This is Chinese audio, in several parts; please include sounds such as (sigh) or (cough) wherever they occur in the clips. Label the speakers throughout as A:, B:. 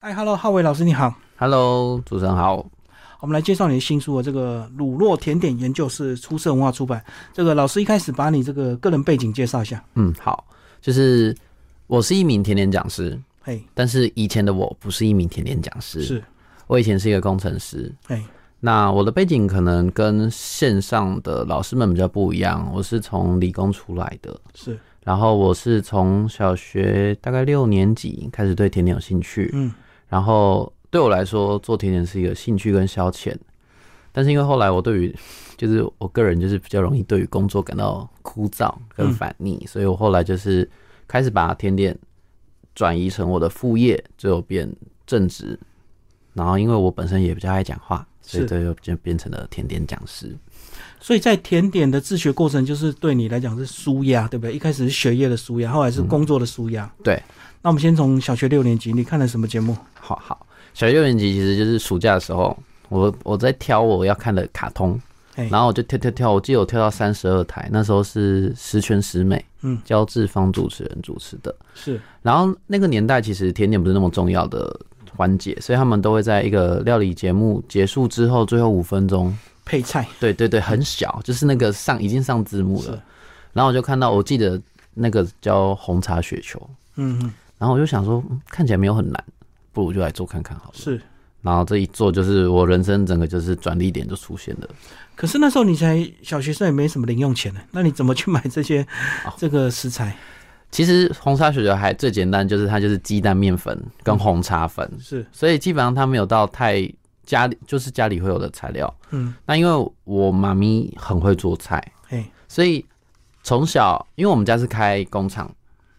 A: 哎，Hello，浩伟老师你好，
B: Hello，主持人好。
A: 我们来介绍你的新书啊，这个《乳酪甜点研究室》出色文化出版。这个老师一开始把你这个个人背景介绍一下。
B: 嗯，好，就是我是一名甜点讲师，
A: 嘿，
B: 但是以前的我不是一名甜点讲师，
A: 是，
B: 我以前是一个工程师。
A: 哎，
B: 那我的背景可能跟线上的老师们比较不一样，我是从理工出来的，
A: 是，
B: 然后我是从小学大概六年级开始对甜点有兴趣，
A: 嗯，
B: 然后对我来说做甜点是一个兴趣跟消遣，但是因为后来我对于 (laughs) 就是我个人就是比较容易对于工作感到枯燥跟烦腻，所以我后来就是开始把甜点转移成我的副业，最后变正职。然后因为我本身也比较爱讲话，所以
A: 是
B: 这就就变成了甜点讲师。
A: 所以在甜点的自学过程，就是对你来讲是舒压，对不对？一开始是学业的舒压，后来是工作的舒压、
B: 对，
A: 那我们先从小学六年级，你看了什么节目？
B: 好好，小学六年级其实就是暑假的时候，我我在挑我要看的卡通，
A: 哎
B: 然后我就跳跳跳，我记得我跳到三十二台，那时候是十全十美，
A: 嗯，
B: 焦志芳主持人主持的。
A: 是，
B: 然后那个年代其实甜点不是那么重要的环节，所以他们都会在一个料理节目结束之后，最后五分钟，
A: 配菜
B: 对对对，很小，就是那个上已经上字幕
A: 是
B: 了。然后我就看到，我记得那个叫红茶雪球，
A: 嗯嗯，
B: 然后我就想说，嗯看起来没有很难，不如我就来做看看好了。
A: 是。
B: 然后这一做就是我人生整个就是转捩点就出现了。
A: 可是那时候你才小学生，也没什么零用钱呢，那你怎么去买这些、
B: 哦
A: 这个食材？
B: 其实红茶雪球还最简单，就是它就是鸡蛋面粉跟红茶粉，
A: 是，
B: 所以基本上它没有到太家里就是家里会有的材料。
A: 嗯，
B: 那因为我妈咪很会做菜，
A: 嘿，
B: 所以从小因为我们家是开工厂，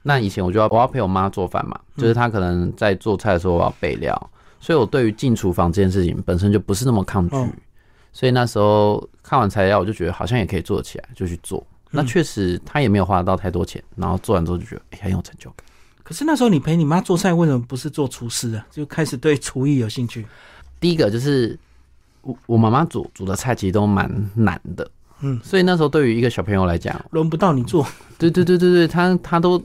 B: 那以前我就要我要陪我妈做饭嘛，就是她可能在做菜的时候我要备料，所以我对于进厨房这件事情本身就不是那么抗拒，
A: 嗯
B: 所以那时候看完材料我就觉得好像也可以做起来，就去做。那确实，她也没有花到太多钱，然后做完之后就觉得、哎很有成就感。
A: 可是那时候你陪你妈做菜，为什么不是做厨师啊？就开始对厨艺有兴趣。
B: 第一个就是我我妈妈煮煮的菜其实都蛮难的，
A: 嗯
B: 嗯，所以那时候对于一个小朋友来讲，
A: 轮不到你做，
B: 对对对对对，他他都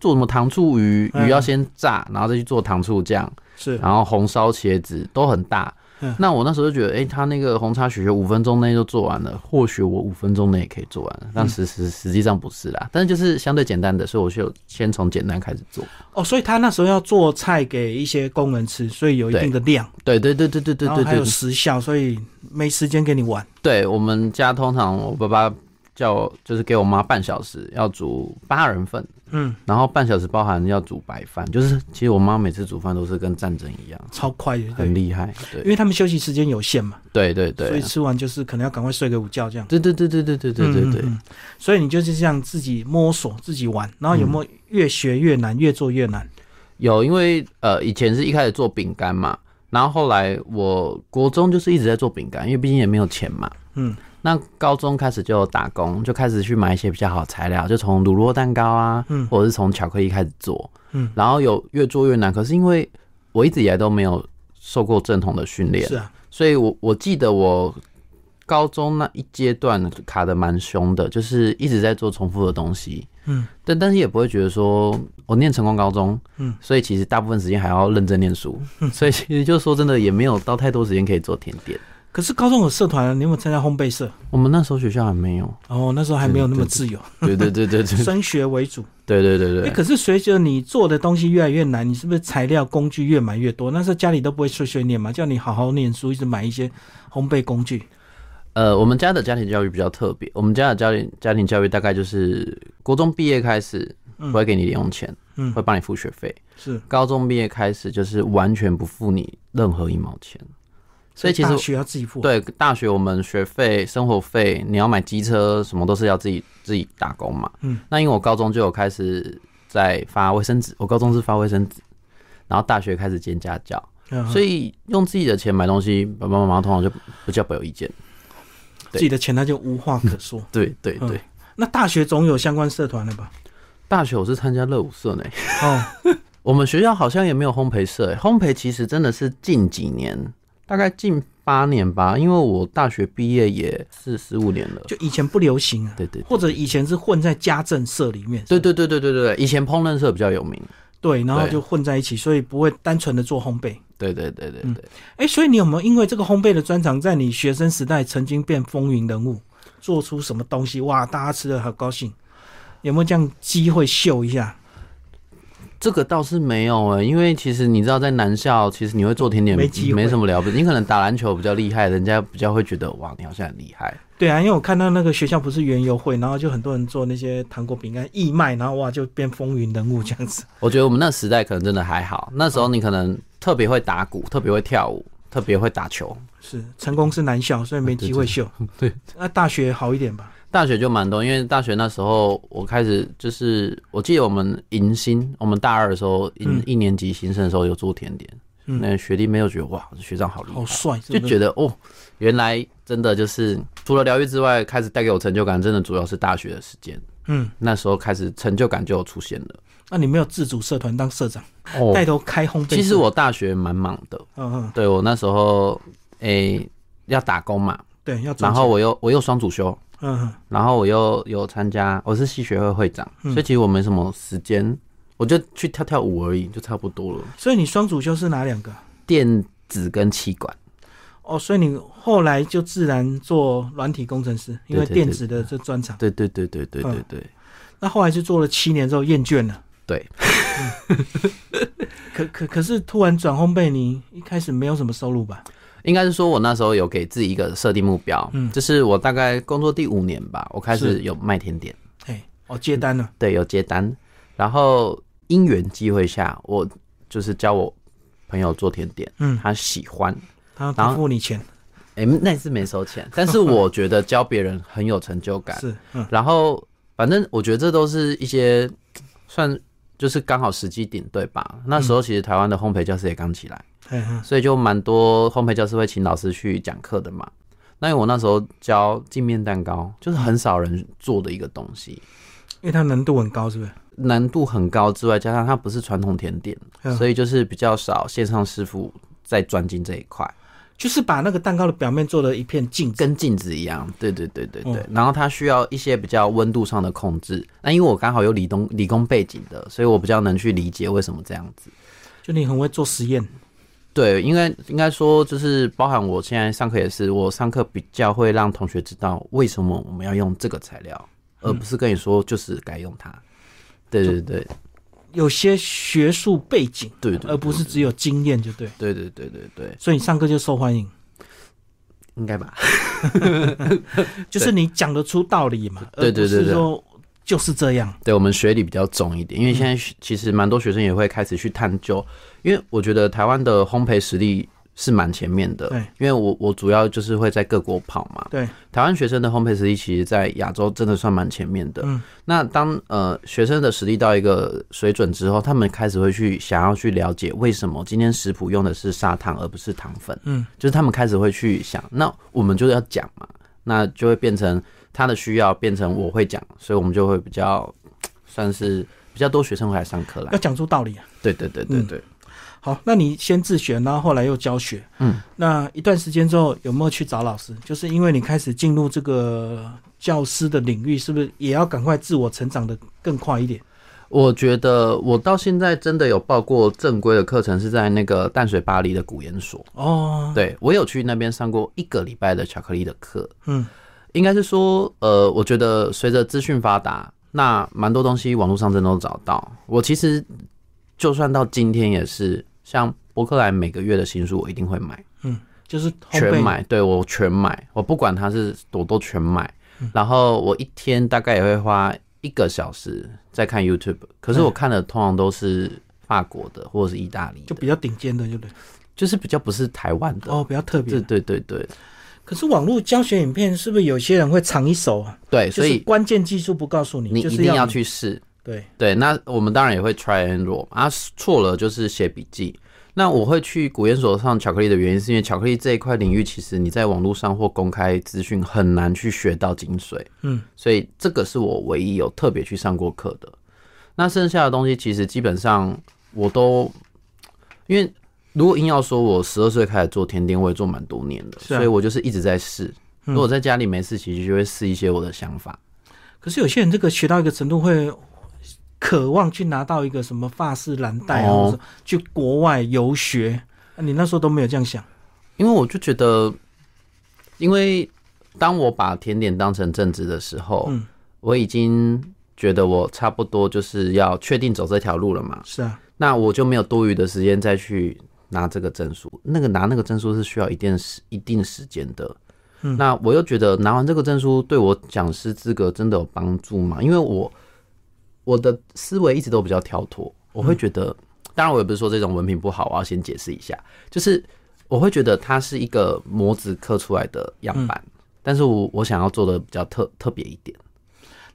B: 做什么糖醋鱼，
A: 嗯
B: 鱼要先炸，然后再去做糖醋酱，
A: 是
B: 然后红烧茄子都很大
A: 嗯。
B: 那我那时候就觉得，哎、他那个红茶雪球五分钟内就做完了，或许我五分钟内也可以做完了，但实实实际上不是啦，但是就是相对简单的，所以我就先从简单开始做。
A: 哦，所以他那时候要做菜给一些工人吃，所以有一定的量，
B: 对对对对对对
A: 然后
B: 对
A: 还有
B: 对，
A: 时效，所以没时间给你玩。
B: 对我们家通常我爸爸叫我就是给我妈半小时要煮八人份，
A: 嗯，
B: 然后半小时包含要煮白饭，就是其实我妈每次煮饭都是跟战争一样，
A: 超快的，对
B: 很，厉害。
A: 因
B: 对
A: 为他们休息时间有限嘛，
B: 对对对
A: 所以
B: 啊，
A: 吃完就是可能要赶快睡个午觉这样。
B: 对对对对对对对对
A: 嗯
B: 对
A: 嗯，嗯所以你就是这样自己摸索、自己玩，然后有没有越学越难，越做越难？
B: 有因为呃以前是一开始做饼干嘛，然后后来我国中就是一直在做饼干，因为毕竟也没有钱嘛。
A: 嗯，
B: 那高中开始就打工，就开始去买一些比较好的材料，就从乳酪蛋糕啊，
A: 嗯
B: 或者是从巧克力开始做，
A: 嗯
B: 然后有越做越难。可是因为我一直以来都没有受过正统的训练
A: 是，啊，
B: 所以我我记得我高中那一阶段卡的蛮凶的，就是一直在做重复的东西。
A: 嗯，
B: 但但是也不会觉得说我念成功高中，
A: 嗯，
B: 所以其实大部分时间还要认真念书，所以其实就说真的也没有到太多时间可以做甜点。
A: 可是高中有社团啊，你有没有参加烘焙社？
B: 我们那时候学校还没有，
A: 哦，那时候还没有那么
B: 对对
A: 自由，
B: 对对对对对
A: 升学为主。
B: (laughs) 对对对 (laughs)
A: 哎、
B: 对，
A: 可是随着你做的东西越来越难，你是不是材料工具越买越多？那时候家里都不会碎碎念嘛，叫你好好念书，一直买一些烘焙工具。
B: 呃，我们家的家庭教育比较特别，我们家的家庭家庭教育大概就是国中毕业开始
A: 嗯
B: 不会给你零用钱，
A: 嗯
B: 会帮你付学费，
A: 是，
B: 高中毕业开始就是完全不付你任何一毛钱，所以其实
A: 大学要自己付。，
B: 对大学我们学费、生活费，你要买机车什么都是要自己自己打工嘛。
A: 嗯，
B: 那因为我高中就有开始在发卫生纸，我高中是发卫生纸，然后大学开始兼家教，
A: 嗯、
B: 所
A: 以
B: 以用自己的钱买东西，爸爸妈妈通常就比较不有意见。
A: 自己的钱他就无话可
B: (laughs)
A: 说。
B: 对对对，
A: 嗯那大学总有相关社团了吧？
B: 大学我是参加热舞社呢，
A: 哦，
B: 我们学校好像也没有烘焙社、欸，烘焙其实真的是近几年，大概近八年吧，因为我大学毕业也是十五年了。
A: 就以前不流行啊，
B: 对对
A: 或者以前是混在家政社里面。
B: 对对对对对对，以前烹饪社比较有名，
A: 对，然后
B: 对
A: 就混在一起，所以不会单纯的做烘焙。
B: 对对对对
A: 嗯
B: 对，
A: 哎，所以你有没有因为这个烘焙的专长，在你学生时代曾经变风云人物，做出什么东西？哇，大家吃的好高兴，有没有这样机会秀一下？
B: 这个倒是没有哎、因为其实你知道，在南校，其实你会做甜点
A: 没机会
B: 没什么了不起，你可能打篮球比较厉害，人家比较会觉得哇，你好像很厉害。
A: 对啊，因为我看到那个学校不是园游会，然后就很多人做那些糖果饼干义卖，然后哇就变风云人物这样子。
B: 我觉得我们那时代可能真的还好，那时候你可能特别会打鼓，特别会跳舞，特别会打球。
A: 是成功是难校，所以没机会秀。
B: 啊对
A: (laughs) 那大学好一点吧？
B: 大学就蛮多，因为大学那时候我开始就是，我记得我们迎新，我们大二的时候，迎
A: 嗯
B: 一年级新生的时候有做甜点，
A: 嗯
B: 那学弟妹就觉得哇，这学长好厉害
A: 好，帅，
B: 就觉
A: 得
B: 得哦，原来真的就是除了疗愈之外，开始带给我成就感，真的主要是大学的时间，
A: 嗯，
B: 那时候开始成就感就有出现了。
A: 那你没有自主社团当社长，
B: 哦
A: 带头开烘焙社？
B: 其实我大学蛮忙的，
A: 嗯嗯，
B: 对我那时候诶、要打工嘛，
A: 对，要赚钱
B: 然后我又我又双主修，
A: 嗯嗯
B: 然后我又有参加，我是系学会会长，
A: 嗯
B: 所以其实我没什么时间，我就去跳跳舞而已，就差不多了。
A: 所以你双主修是哪两个？
B: 电子跟气管，
A: 哦，所以你后来就自然做软体工程师，因为
B: 对对对
A: 电子的这专长。
B: 对对对对对对
A: 嗯
B: 对，
A: 那后来就做了七年之后厌倦了。
B: 对
A: 嗯， (laughs) 可可可是突然转烘焙，你一开始没有什么收入吧？
B: 应该是说我那时候有给自己一个设定目标，
A: 嗯
B: 就是我大概工作第五年吧，我开
A: 是
B: 始有卖甜点，
A: 哎，哦，接单了。
B: 对，有接单，然后因缘机会下，我就是教我朋友做甜点，
A: 嗯，
B: 他喜欢，
A: 他他付你钱
B: 哎、那次没收钱，但是我觉得教别人很有成就感，
A: 是，嗯
B: 然后反正我觉得这都是一些算就是刚好时机顶对吧？那时候其实台湾的烘焙教室也刚起来，
A: 嗯嗯
B: 所以就蛮多烘焙教室会请老师去讲课的嘛。那因为我那时候教镜面蛋糕，就是很少人做的一个东西，
A: 因为它难度很高，是不是？
B: 难度很高之外，加上它不是传统甜点，
A: 嗯
B: 所以就是比较少线上师傅在专精这一块，
A: 就是把那个蛋糕的表面做了一片镜子。
B: 跟镜子一样。对对对对对
A: 嗯。
B: 然后它需要一些比较温度上的控制。那因为我刚好有理工理工背景的，所以我比较能去理解为什么这样子。
A: 就你很会做实验，
B: 对，应该应该说就是包含我现在上课也是，我上课比较会让同学知道为什么我们要用这个材料，而
A: 嗯
B: 不是跟你说就是该用它。对对对
A: 有些学术背景，
B: 对对，
A: 而不是只有经验，就对。
B: 对对对对对，
A: 所以你上课就受欢迎，
B: 应该吧？
A: 就是你讲得出道理嘛，
B: 对
A: 而不
B: 对对
A: 是
B: 对
A: 说就是这样。
B: 对我们学理比较重一点，因为现在
A: 嗯
B: 学其实蛮多学生也会开始去探究，因为我觉得台湾的烘焙实力是蛮前面的
A: 对，
B: 因为我我主要就是会在各国跑嘛，
A: 对，
B: 台湾学生的烘焙实力其实在亚洲真的算蛮前面的。
A: 嗯
B: 那当呃学生的实力到一个水准之后，他们开始会去想要去了解为什么今天食谱用的是砂糖而不是糖粉，
A: 嗯，
B: 就是他们开始会去想，那我们就要讲嘛，那就会变成他的需要变成我会讲，所以我们就会比较算是比较多学生会来上课
A: (laughs) 要
B: 啦。
A: 讲出道理啊。
B: 对对对对
A: 嗯
B: 对，
A: 好，那你先自学，然后后来又教学，
B: 嗯，
A: 那一段时间之后有没有去找老师？就是因为你开始进入这个教师的领域，是不是也要赶快自我成长的更快一点？
B: 我觉得我到现在真的有报过正规的课程，是在那个淡水巴黎的古研所。
A: 哦，
B: 对我有去那边上过一个礼拜的巧克力的课，
A: 嗯，
B: 应该是说，呃，我觉得随着资讯发达，那蛮多东西网络上真的都找到。我其实就算到今天也是，像伯克莱每个月的新书我一定会买，
A: 就是烘
B: 全
A: 焙，
B: 买，对我全买，我不管它是我都全买。
A: 嗯
B: 然后我一天大概也会花一个小时在看 YouTube，可是我看的通常都是法国的或者是意大利
A: 嗯就
B: 的，
A: 比较顶尖的，就对。
B: 就是比较不是台湾的。
A: 哦，比较特别
B: 对。对对对
A: 可是网络教学影片是不是有些人会藏一手啊？
B: 对，所
A: 就是
B: 以
A: 关键技术不告诉你，
B: 你
A: 就
B: 一
A: 是
B: 定要
A: 你
B: 去试。
A: 对，
B: 对，那我们当然也会 try and roll 啊，错了就是写笔记。那我会去古研所上巧克力的原因，是因为巧克力这一块领域，其实你在网络上或公开资讯很难去学到精髓，
A: 嗯，
B: 所以这个是我唯一有特别去上过课的。那剩下的东西，其实基本上我都，因为如果硬要说，我十二岁开始做甜点，我也做蛮多年的，
A: 是啊
B: 所以我就是一直在试。
A: 嗯
B: 如果在家里没事，其实就会试一些我的想法。
A: 可是有些人这个学到一个程度会渴望去拿到一个什么法式蓝带啊，
B: 哦
A: 或者去国外游学，啊你那时候都没有这样想，
B: 因为我就觉得，因为当我把甜点当成正职的时候，
A: 嗯
B: 我已经觉得我差不多就是要确定走这条路了嘛，
A: 是啊，
B: 那我就没有多余的时间再去拿这个证书。那个拿那个证书是需要一定时一定时间的。
A: 嗯
B: 那我又觉得拿完这个证书对我讲师资格真的有帮助吗？因为我我的思维一直都比较跳脱，我会觉得，当然我也不是说这种文凭不好，我要先解释一下，就是我会觉得它是一个模子刻出来的样板，
A: 嗯
B: 但是我我想要做的比较特特别一点。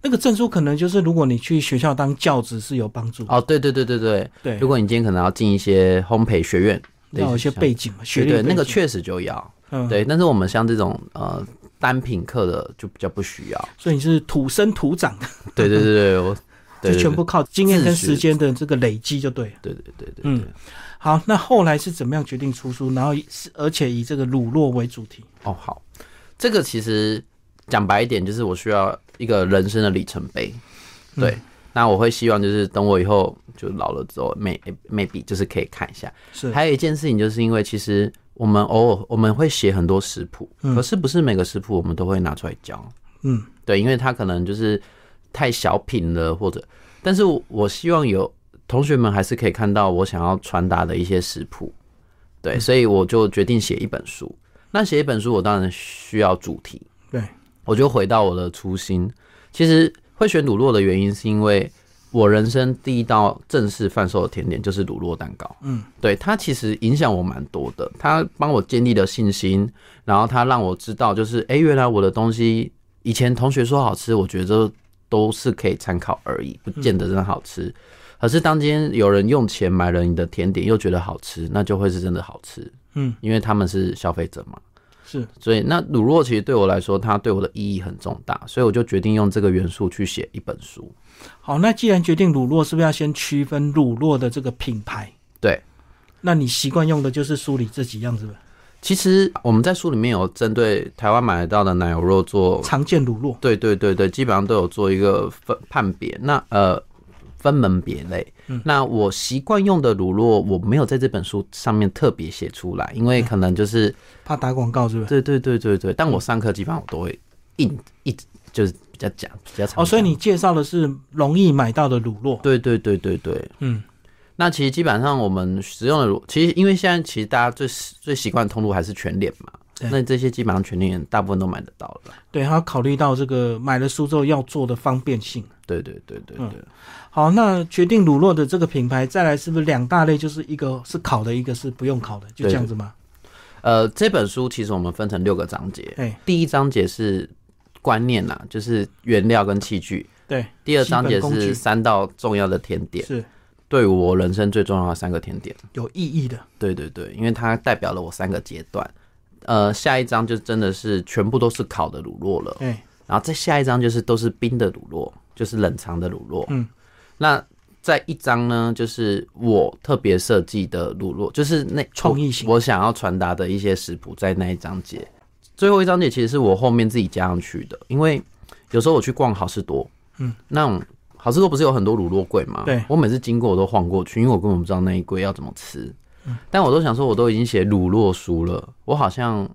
A: 那个证书可能就是如果你去学校当教职是有帮助，
B: 哦，对对对对对，
A: 对
B: 如，果你今天可能要进一些烘焙学院，
A: 要有一些
B: 像
A: 背景嘛，学历
B: 对对，
A: 背
B: 那个
A: 景
B: 确实就要、
A: 嗯，
B: 对，但是我们像这种呃单品课的就比较不需
A: (laughs)
B: 要。
A: 所以你是土生土长的，
B: 对对对对，我
A: (laughs)
B: 对
A: 就
B: 对
A: 全部靠经验跟
B: 自学
A: 时间的这个累积就对了。
B: 对对对对对，
A: 嗯，好，那后来是怎么样决定出书，然后以是而且以这个乳酪为主题？
B: 哦好，这个其实讲白一点，就是我需要一个人生的里程碑。
A: 嗯
B: 对，那我会希望就是等我以后就老了之后，may maybe 就是可以看一下。
A: 是
B: 还有一件事情，就是因为其实我们偶尔我们会写很多食谱，
A: 嗯
B: 可是不是每个食谱我们都会拿出来教。
A: 嗯，
B: 对，因为它可能就是太小品了，或者，但是我我希望有同学们还是可以看到我想要传达的一些食谱。
A: 嗯
B: 对，所以我就决定写一本书。那写一本书，我当然需要主题。
A: 对，
B: 我就回到我的初心。其实会选乳酪的原因，是因为我人生第一道正式贩售的甜点就是乳酪蛋糕。
A: 嗯，
B: 对，它其实影响我蛮多的，它帮我建立了信心，然后它让我知道，就是哎、诶原来我的东西以前同学说好吃，我觉得都是可以参考而已，不见得真的好吃。可是当今天有人用钱买了你的甜点，又觉得好吃，那就会是真的好吃。
A: 嗯，
B: 因为他们是消费者嘛。
A: 是
B: 所以那乳酪其实对我来说，它对我的意义很重大，所以我就决定用这个元素去写一本书。
A: 好。那既然决定乳酪，是不是要先区分乳酪的这个品牌？
B: 对，
A: 那你习惯用的就是梳理这几样子吧？
B: 其实我们在书里面有针对台湾买得到的奶油肉做，
A: 常见乳酪，
B: 对对对对，基本上都有做一个分判别，那呃分门别类。
A: 嗯
B: 那我习惯用的乳酪，我没有在这本书上面特别写出来，因为
A: 嗯
B: 可能就是
A: 怕打广告是不是？
B: 对对对对对，但我上课基本上我都会硬一直就是比较讲比较常
A: 哦，所以
B: 讲
A: 你介绍的是容易买到的乳酪。
B: 对对对对对，
A: 嗯，
B: 那其实基本上我们使用的乳，其实因为现在其实大家最最习惯的通路还是全脸嘛
A: 对，
B: 那这些基本上全脸大部分都买得到了啦。
A: 对，他考虑到这个买了书之后要做的方便性。
B: 对对对对
A: 嗯
B: 对，
A: 好，那决定乳酪的这个品牌，再来是不是两大类？就是一个是烤的，一个是不用烤的，就这样子吗？
B: 呃，这本书其实我们分成六个章节，
A: 哎，
B: 第一章节是观念啦，就是原料跟器具；
A: 对，
B: 第二章节
A: 基本工具
B: 是三道重要的甜点，
A: 是
B: 对我人生最重要的三个甜点。
A: 有意义的。
B: 对对对，因为它代表了我三个阶段。呃，下一章就真的是全部都是烤的乳酪了。
A: 哎，
B: 然后再下一张就是都是冰的乳酪，就是冷藏的乳酪。
A: 嗯，
B: 那再一张呢，就是我特别设计的乳酪，就是那
A: 创意型
B: 我我想要传达的一些食谱在那一章节。最后一章节其实是我后面自己加上去的，因为有时候我去逛好事多，
A: 嗯，
B: 那种好事多不是有很多乳酪柜吗？
A: 对
B: 我每次经过我都晃过去，因为我根本不知道那一柜要怎么吃。
A: 嗯
B: 但我都想说，我都已经写乳酪书了，我好像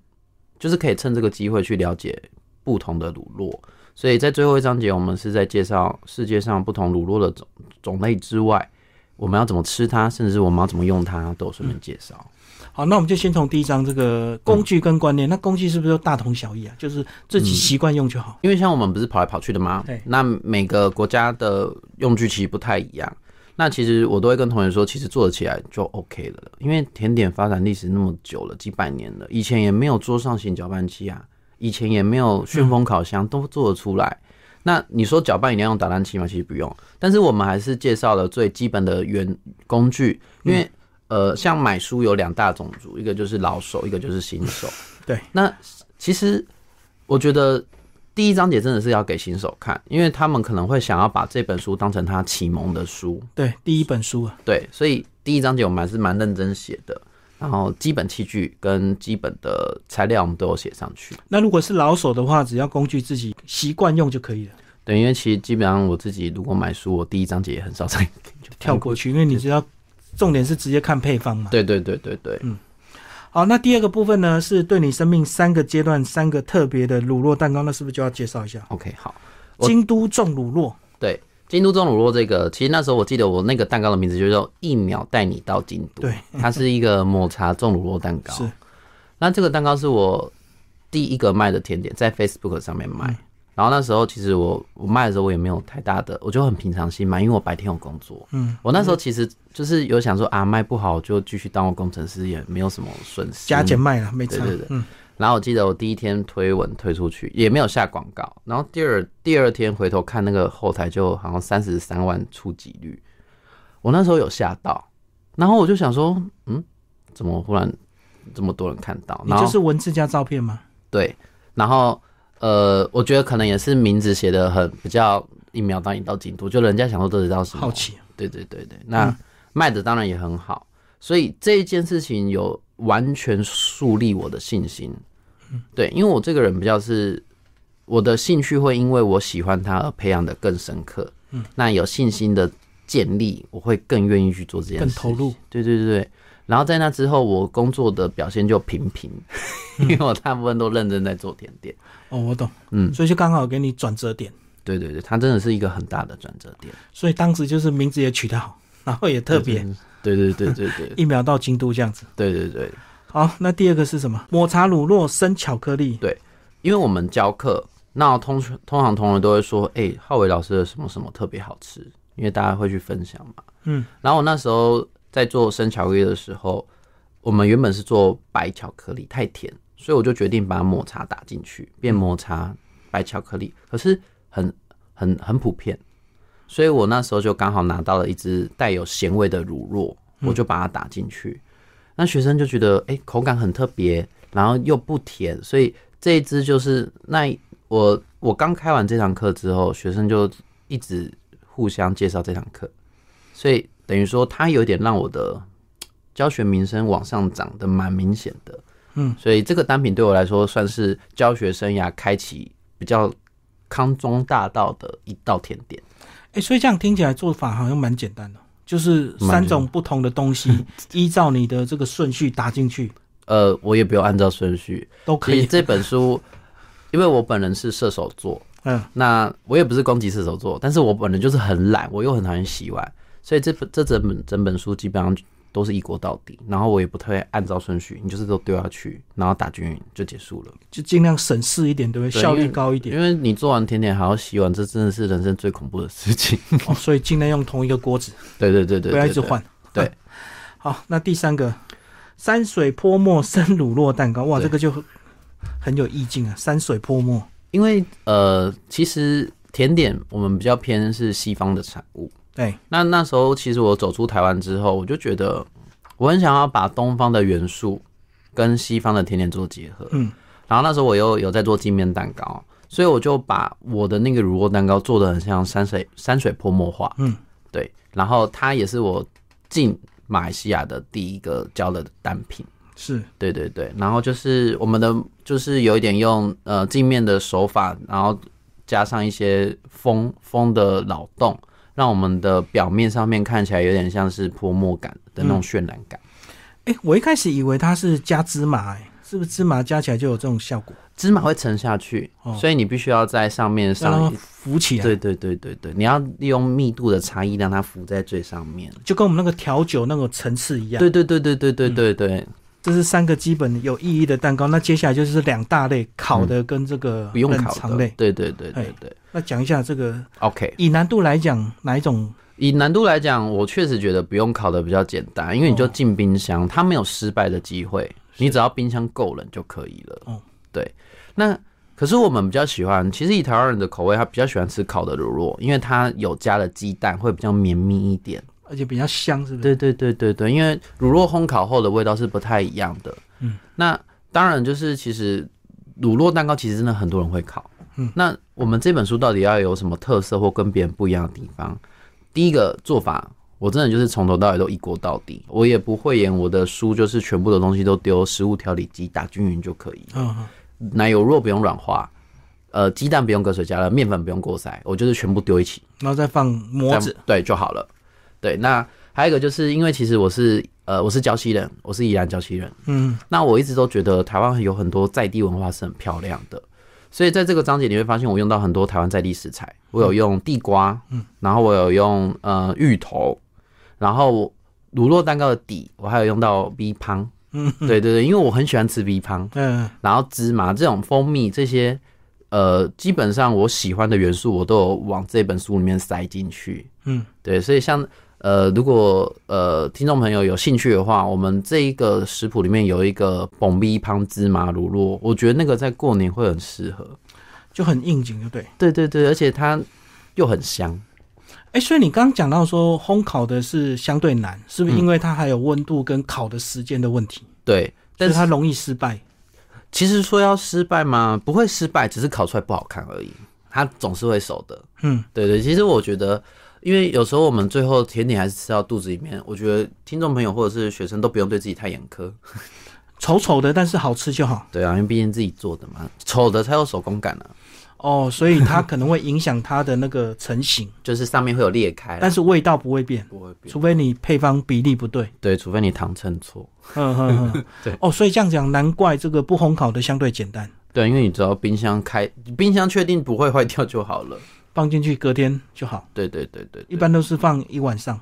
B: 就是可以趁这个机会去了解不同的乳酪。所以在最后一章节，我们是在介绍世界上不同乳酪的种种类之外，我们要怎么吃它，甚至是我们要怎么用它，都有顺
A: 嗯
B: 便介绍。
A: 好，那我们就先从第一章这个工具跟观念。那工具是不是都大同小异啊？就是自己习惯用就好。
B: 因为像我们不是跑来跑去的吗
A: 对？。
B: 那每个国家的用具其实不太一样。那其实我都会跟同学说，其实做得起来就 OK 了，因为甜点发展历史那么久了，几百年了，以前也没有桌上型搅拌器啊，以前也没有旋风烤箱，都做得出来。那你说搅拌一定要用打蛋器吗？其实不用，但是我们还是介绍了最基本的原工具，因为、呃，像买书有两大种族，一个就是老手，一个就是新手
A: 对，
B: 那其实我觉得第一章节真的是要给新手看，因为他们可能会想要把这本书当成他启蒙的书，
A: 对，第一本书啊，
B: 对，所以第一章节我们还是蛮认真写的，然后基本器具跟基本的材料我们都有写上去。
A: 那如果是老手的话，只要工具自己习惯用就可以了。
B: 对，因为其实基本上我自己如果买书，我第一章节也很少在就
A: 跳过去，因为你知道，重点是直接看配方嘛。
B: (laughs) 嗯对对对对对，
A: 好，那第二个部分呢，是对你生命三个阶段三个特别的乳酪蛋糕，那是不是就要介绍一下？
B: OK 好。我
A: 京都重乳酪，
B: 对，京都钟乳酪这个，其实那时候我记得我那个蛋糕的名字就叫“一秒带你到京都”，
A: 对，
B: 它是一个抹茶钟乳酪蛋糕。
A: 是，
B: 那这个蛋糕是我第一个卖的甜点，在 Facebook 上面卖。
A: 嗯
B: 然后那时候其实我我卖的时候我也没有太大的，我就很平常心卖，因为我白天有工作。
A: 嗯，
B: 我那时候其实就是有想说啊，卖不好就继续当我工程师，也没有什么损失。
A: 加减卖了，没差。
B: 对对对
A: 嗯，
B: 然后我记得我第一天推文推出去也没有下广告，然后第二第二天回头看那个后台就好像三十三万触及率，我那时候有吓到，然后我就想说，嗯，怎么忽然这么多人看到？
A: 你
B: 然后
A: 就是文字加照片嘛。
B: 对，然后呃，我觉得可能也是名字写的很比较一秒到一到京都，就人家想说这是到哦什么
A: 好奇，嗯
B: 对对对对，那卖的当然也很好，所以这一件事情有完全树立我的信心。
A: 嗯
B: 对，因为我这个人比较是我的兴趣会因为我喜欢它而培养的更深刻。嗯，那有信心的建立，我会更愿意去做这件事，
A: 更投入。
B: 对对对对。然后在那之后，我工作的表现就平平， (laughs) 因为我大部分都认真在做甜点。
A: 哦，我懂，
B: 嗯，
A: 所以就刚好给你转折点，
B: 对对对，它真的是一个很大的转折点，
A: 所以当时就是名字也取得好，然后也特别
B: 对。对对对对对
A: 一秒到京都这样子。
B: 对对对。
A: 好，那第二个是什么？抹茶乳酪生巧克力，
B: 因为我们教课，那通通常同仁都会说，哎、浩伟老师的什么什么特别好吃，因为大家会去分享嘛。
A: 嗯，
B: 然后我那时候在做生巧克力的时候，我们原本是做白巧克力，太甜，所以我就决定把抹茶打进去，变抹茶白巧克力。可是很很很普遍，所以我那时候就刚好拿到了一只带有咸味的乳酪，我就把它打进去。那学生就觉得，哎、口感很特别，然后又不甜，所以这一支就是那一我我刚开完这堂课之后，学生就一直互相介绍这堂课，所以等于说它有点让我的嘖教学名声往上涨的蛮明显的。
A: 嗯，
B: 所以这个单品对我来说算是教学生涯开启比较康庄大道的一道甜点。
A: 哎、所以这样听起来做法好像蛮简单的，就是三
B: 蛮简单
A: 种不同的东
B: (laughs)
A: 西，依照你的这个顺序打进去
B: 呃，我也不用按照顺序。
A: 都可
B: 其实
A: 以。
B: 这本书，因为我本人是射手座，
A: 嗯，
B: 那我也不是攻击射手座，但是我本人就是很懒，我又很讨厌洗碗，所以这本这整本整本书基本上都是一锅到底，然后我也不太会按照顺序，你就是都丢下去，然后打均匀就结束了。
A: 就尽量省事一点，对不对？
B: 对
A: 效率
B: 因为
A: 高一点。
B: 因为你做完甜点还要洗碗，这真的是人生最恐怖的
A: (laughs)
B: 事情。
A: 哦，所以尽量用同一个锅子，
B: 对对对对对
A: 不要一直
B: 对
A: 换。
B: 对
A: 嗯。好，那第三个，山水泼墨生乳酪蛋糕，哇，
B: 对
A: 这个就很很有意境啊！山水泼墨，
B: 因为呃，其实甜点我们比较偏是西方的产物，
A: 对，
B: 那那时候其实我走出台湾之后，我就觉得我很想要把东方的元素跟西方的甜点做结合。
A: 嗯，
B: 然后那时候我又有在做镜面蛋糕，所以我就把我的那个乳酪蛋糕做的很像山水山水泼墨画。
A: 嗯，
B: 对。然后它也是我进马来西亚的第一个教的单品。
A: 是
B: 对对对，然后就是我们的就是有一点用呃镜面的手法，然后加上一些风风的扰动，让我们的表面上面看起来有点像是泼墨感的那种渲染感。
A: 哎、我一开始以为它是加芝麻、哎，是不是芝麻加起来就有这种效果，
B: 芝麻会沉下去，
A: 哦
B: 所以你必须要在上面
A: 让
B: 上
A: 它浮起来？
B: 对对对对对，你要利用密度的差异让它浮在最上面。
A: 就跟我们那个调酒那个层次一样。
B: 对对对对对对对
A: 嗯
B: 对，
A: 这是三个基本有意义的蛋糕。那接下来就是两大类，烤的跟这个
B: 嗯不用
A: 冷
B: 烤
A: 藏
B: 的
A: 类。。
B: 对对对对对
A: 那讲一下这个，
B: ，OK。
A: 以难度来讲，哪一种？
B: 以难度来讲，我确实觉得不用烤的比较简单，因为你就
A: 哦
B: 进冰箱，它没有失败的机会，你只要冰箱够冷就可以了。
A: 哦
B: 对。那可是我们比较喜欢，其实以台湾人的口味，他比较喜欢吃烤的乳酪，因为它有加了鸡蛋，会比较绵密一点。
A: 而且比较香，是不是？
B: 对对对对对，因为乳酪烘烤后的味道是不太一样的。
A: 嗯，
B: 那当然就是其实乳酪蛋糕其实真的很多人会烤。
A: 嗯，
B: 那我们这本书到底要有什么特色或跟别人不一样的地方？第一个做法，我真的就是从头到尾都一锅到底，我也不会演我的书，就是全部的东西都丢食物调理机打均匀就可以。
A: 嗯，嗯
B: 奶油若不用软化，呃，鸡蛋不用隔水加热，面粉不用过筛，我就是全部丢一起，
A: 然后再放
B: 这
A: 模
B: 样
A: 子，
B: 对就好了。对，那还有一个就是因为其实我是呃我是礁溪人，我是宜兰礁溪人，
A: 嗯
B: 那我一直都觉得台湾有很多在地文化是很漂亮的，所以在这个章节你会发现我用到很多台湾在地食材，我有用地瓜，嗯，然后我有用呃芋头，然后乳酪蛋糕的底，我还有用到 B 汤，
A: 嗯，
B: 对对对，因为我很喜欢吃 B 汤，
A: 嗯
B: 然后芝麻这种蜂蜜这些，呃，基本上我喜欢的元素我都有往这本书里面塞进去，
A: 嗯，
B: 对，所以像呃，如果呃听众朋友有兴趣的话，我们这一个食谱里面有一个蹦逼汤芝麻乳酪，我觉得那个在过年会很适合。
A: 就很应景，就对。
B: 对对对，而且它又很香。
A: 哎，所以你刚刚讲到说烘烤的是相对难，是
B: 嗯
A: 不是因为它还有温度跟烤的时间的问题，
B: 对，
A: 但
B: 但是
A: 是它
B: 它
A: 容易失败？
B: 其实说要失败吗？不会失败，只是烤出来不好看而已。它总是会熟的。
A: 嗯，
B: 对对，其实我觉得，因为有时候我们最后甜点还是吃到肚子里面，我觉得听众朋友或者是学生都不用对自己太严苛。
A: 丑丑的，但是好吃就好。
B: 对啊，因为毕竟自己做的嘛，丑的才有手工感啊，
A: 哦，所以它可能会影响它的那个成
B: (laughs)
A: 型，
B: 就是上面会有裂开啦。
A: 但是味道不会变，
B: 哎不会变。
A: 除非你配方比例不对。
B: 对，除非你糖称错。
A: 嗯嗯嗯，
B: 对。
A: 哦，所以这样讲，难怪这个不烘烤的相对简单，
B: 对，因为你只要冰箱开，冰箱确定不会坏掉就好了。
A: 放进去隔天就好。
B: 对对对对对
A: 一般都是放一晚上。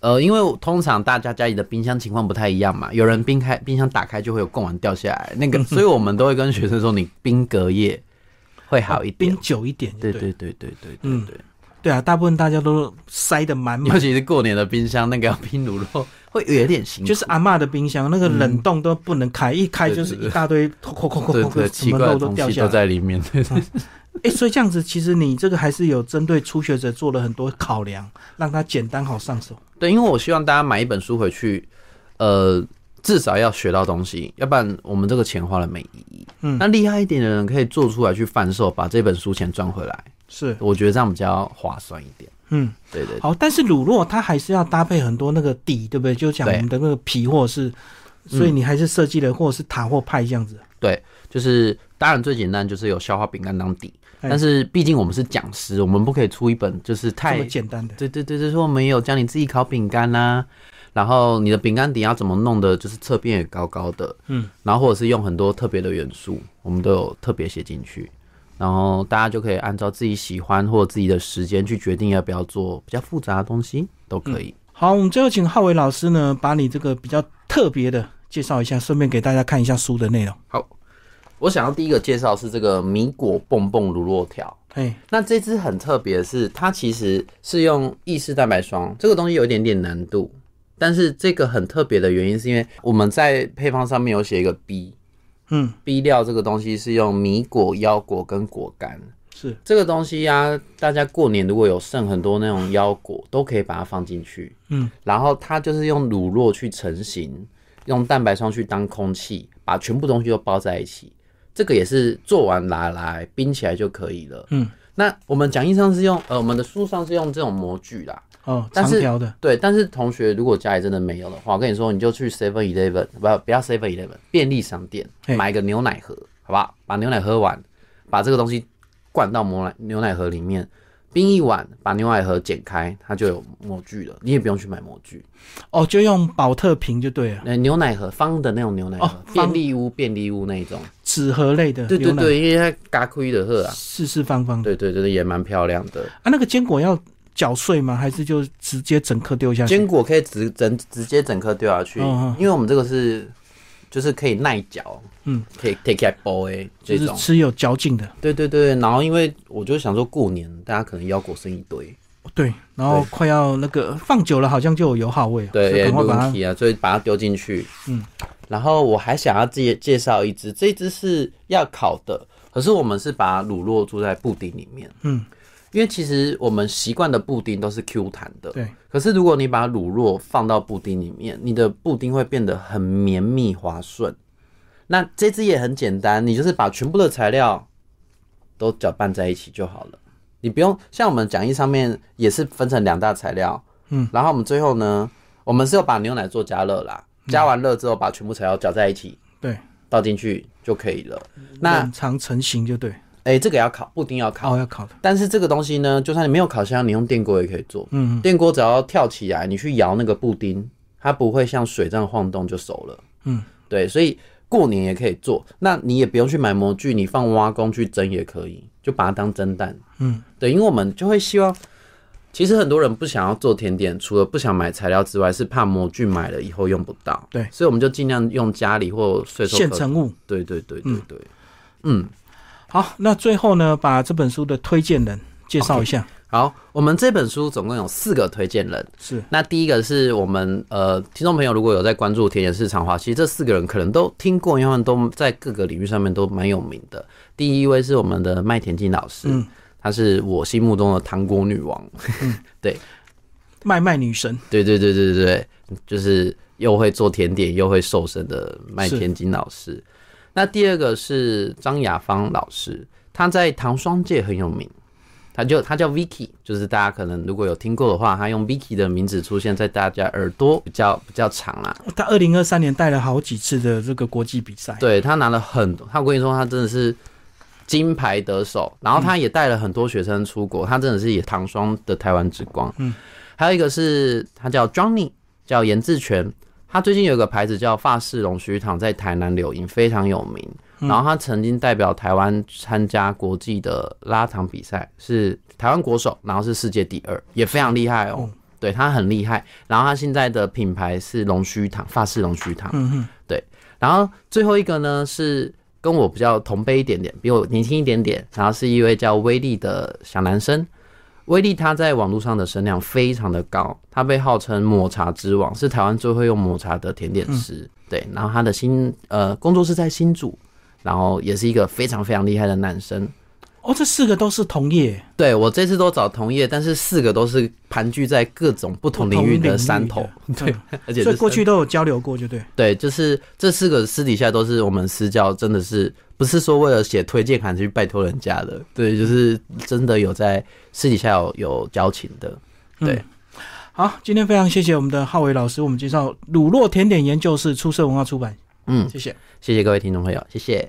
B: 呃，因为通常大家家里的冰箱情况不太一样嘛，有人冰开冰箱打开就会有贡丸掉下来，那 (laughs) 个，所以我们都会跟学生说，你冰隔夜会好一点
A: 冰。久一点就
B: 哦对
A: 对，
B: 对对对对对
A: 嗯
B: 对，
A: 对啊，大部分大家都塞得满满
B: 尤，其是过年的冰箱，那个要冰乳酪会有点辛苦，
A: 就是阿嬷的冰箱那个冷冻都不能开，一开就是一大堆空空空
B: 对
A: 空
B: 对
A: 空，
B: 奇
A: 什么
B: 怪的
A: 肉都
B: 东
A: 掉
B: 西
A: 下
B: 都
A: 来。
B: 在里面。对对
A: 哎，所以这样子，其实你这个还是有针对初学者做了很多考量，让他简单好上手。
B: (laughs) 对，因为我希望大家买一本书回去，呃，至少要学到东西，要不然我们这个钱花了没意义。
A: 嗯
B: 那厉害一点的人可以做出来去贩售，把这本书钱赚回来，
A: 是，
B: 我觉得这样比较划算一点。
A: 嗯。
B: 对对
A: 好，但是乳酪它还是要搭配很多那个底，对不对？就讲我
B: 对嗯
A: 们的那个皮或者是，所以你还是设计了或者是塔或派这样子。
B: 对，就是当然最简单就是有消化饼干当底，
A: 哎
B: 但是毕竟我们是讲师，我们不可以出一本就是
A: 这
B: 太
A: 么简单的，
B: 对对对，就是我们也有教你自己烤饼干啦，然后你的饼干底要怎么弄的，就是侧边也高高的，
A: 嗯，
B: 然后或者是用很多特别的元素，我们都有特别写进去，然后大家就可以按照自己喜欢或者自己的时间去决定要不要做比较复杂的东西，都可以。
A: 好，我们最后请浩伟老师呢，把你这个比较特别的介绍一下，顺便给大家看一下书的内容。
B: 好，我想要第一个介绍是这个米果蹦蹦乳酪条。
A: 哎，
B: 那这支很特别的是，它其实是用意式蛋白霜，这个东西有一点点难度。但是这个很特别的原因，是因为我们在配方上面有写一个 B
A: 嗯，
B: B 料，这个东西是用米果、腰果跟果干。
A: 是，
B: 这个东西呀、大家过年如果有剩很多那种腰果，都可以把它放进去。
A: 嗯，
B: 然后它就是用乳酪去成型，用蛋白霜去当空气，把全部东西都包在一起。这个也是做完拿来冰起来就可以了。
A: 嗯，
B: 那我们讲义上是用呃，我们的书上是用这种模具啦。
A: 哦，
B: 但
A: 长
B: 是
A: 条的，
B: 对，但是同学如果家里真的没有的话，我跟你说，你就去 Seven Eleven，不不要 Seven Eleven，便利商店
A: 嘿
B: 买一个牛奶盒，好不好？把牛奶喝完，把这个东西灌到牛奶牛奶盒里面，冰一晚，把牛奶盒剪开，它就有模具了，你也不用去买模具。
A: 哦，就用保特瓶就对了，
B: 那牛奶盒方的那种牛奶盒，
A: 哦方
B: 便利屋便利屋那一种，
A: 纸盒类的
B: 对
A: 牛
B: 对
A: 奶，嗯
B: 对，因为它嘎亏的喝啊，
A: 四四方方的。
B: 对对对，也蛮漂亮的。
A: 啊，那个坚果要搅碎吗？还是就直接整颗丢下去？
B: 坚果可以直整直接整颗丢下去，
A: 嗯嗯
B: 因为我们这个是就是可以耐嚼，
A: 嗯，
B: 可以 take a b o y
A: 就
B: 这
A: 是
B: 种，
A: 吃有嚼劲的，
B: 对对对。然后因为我就想说过年大家可能腰果剩一堆，
A: 对，然后
B: 对
A: 快要那个放久了，好像就有油耗味了，所以
B: 对，
A: 赶快
B: 没
A: 把
B: 问
A: 它
B: 题啊，所以把它丢进去。
A: 嗯，
B: 然后我还想要介介绍一只，这只是要烤的，可是我们是把乳酪注在布丁里面，
A: 嗯，
B: 因为其实我们习惯的布丁都是 Q 弹的，
A: 对，
B: 可是如果你把乳酪放到布丁里面，你的布丁会变得很绵密滑顺。那这支也很简单，你就是把全部的材料都搅拌在一起就好了。你不用像我们讲义上面也是分成两大材料，
A: 嗯，
B: 然后我们最后呢，我们是要把牛奶做加热啦，加完热之后把全部材料搅在一起
A: 嗯对，嗯
B: 倒进去就可以了。那
A: 冷藏成型就对，
B: 哎、这个要烤，布丁要烤。
A: 哦，要烤的，
B: 但是这个东西呢，就算你没有烤箱，你用电锅也可以做。
A: 嗯，
B: 电锅只要跳起来，你去摇那个布丁，它不会像水这样晃动就熟了。
A: 嗯，
B: 对，所以过年也可以做。那你也不用去买模具，你放挖工去蒸也可以，就把它当蒸蛋。
A: 嗯，
B: 对，因为我们就会希望，其实很多人不想要做甜点，除了不想买材料之外，是怕模具买了以后用不到。
A: 对
B: 所以我们就尽量用家里或随手
A: 现
B: 可。
A: 成物。
B: 对对对对对，嗯
A: 好，那最后呢，把这本书的推荐人介绍一下。
B: 好，我们这本书总共有四个推荐人。
A: 是，
B: 那第一个是我们呃，听众朋友如果有在关注田野市场的话，其实这四个人可能都听过，因为他们都在各个领域上面都蛮有名的。第一位是我们的麦田静老师，
A: 嗯
B: 她是我心目中的糖果女王，
A: 卖卖女神，
B: 对对对对对对，就是又会做甜点又会瘦身的麦田金老师。那第二个是张雅芳老师，她在糖霜界很有名，她就她叫 Vicky，就是大家可能如果有听过的话，她用 Vicky 的名字出现在大家耳朵比较比较长啊啦。
A: 他二零二三年带了好几次的这个国际比赛。
B: 对她拿了很多，她我跟你说，她真的是。金牌得手，然后
A: 嗯
B: 她也带了很多学生出国，她真的是也糖霜的台湾之光。
A: 嗯，
B: 还有一个是他叫 Johnny，叫严志全，他最近有个牌子叫法式龙须糖，在台南柳营非常有名。
A: 嗯
B: 然后他曾经代表台湾参加国际的拉糖比赛，是台湾国手，然后是世界第二，也非常厉害哦。
A: 嗯
B: 对他很厉害。然后他现在的品牌是龙须糖，法式龙须糖。
A: 嗯哼，
B: 然后最后一个呢是跟我比较同辈一点点，比我年轻一点点，然后是一位叫威力的小男生。威力他在网络上的声量非常的高，他被号称抹茶之王，是台湾最会用抹茶的甜点师。
A: 嗯
B: 对，然后他的新呃工作室在新竹，然后也是一个非常非常厉害的男生。
A: 哦，这四个都是同业，
B: 对我这次都找同业，但是四个都是盘踞在各种不同领域的山头，
A: 不同领域的，
B: (laughs) 而且
A: 嗯所以
B: 是
A: 过去都有交流过，就对。
B: 对，就是这四个私底下都是我们私教，真的是不是说为了写推荐函去拜托人家的？对，就是真的有在私底下有有交情的。对
A: 嗯好，今天非常谢谢我们的浩伟老师，我们介绍乳酪甜点研究室出色文化出版，
B: 嗯，
A: 谢谢。
B: 谢谢各位听众朋友，谢谢。